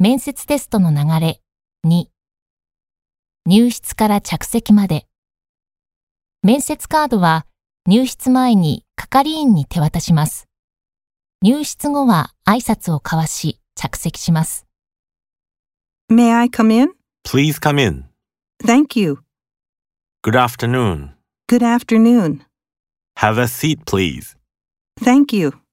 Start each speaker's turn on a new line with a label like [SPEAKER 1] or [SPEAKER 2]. [SPEAKER 1] 面接テストの流れ。2。入室から着席まで。面接カードは入室前に係員に手渡します。入室後は挨拶を交わし着席します。
[SPEAKER 2] May I come in?
[SPEAKER 3] Please come in.
[SPEAKER 2] Thank you.
[SPEAKER 3] Good afternoon.
[SPEAKER 2] Good afternoon.
[SPEAKER 3] Have a seat, please.
[SPEAKER 2] Thank you.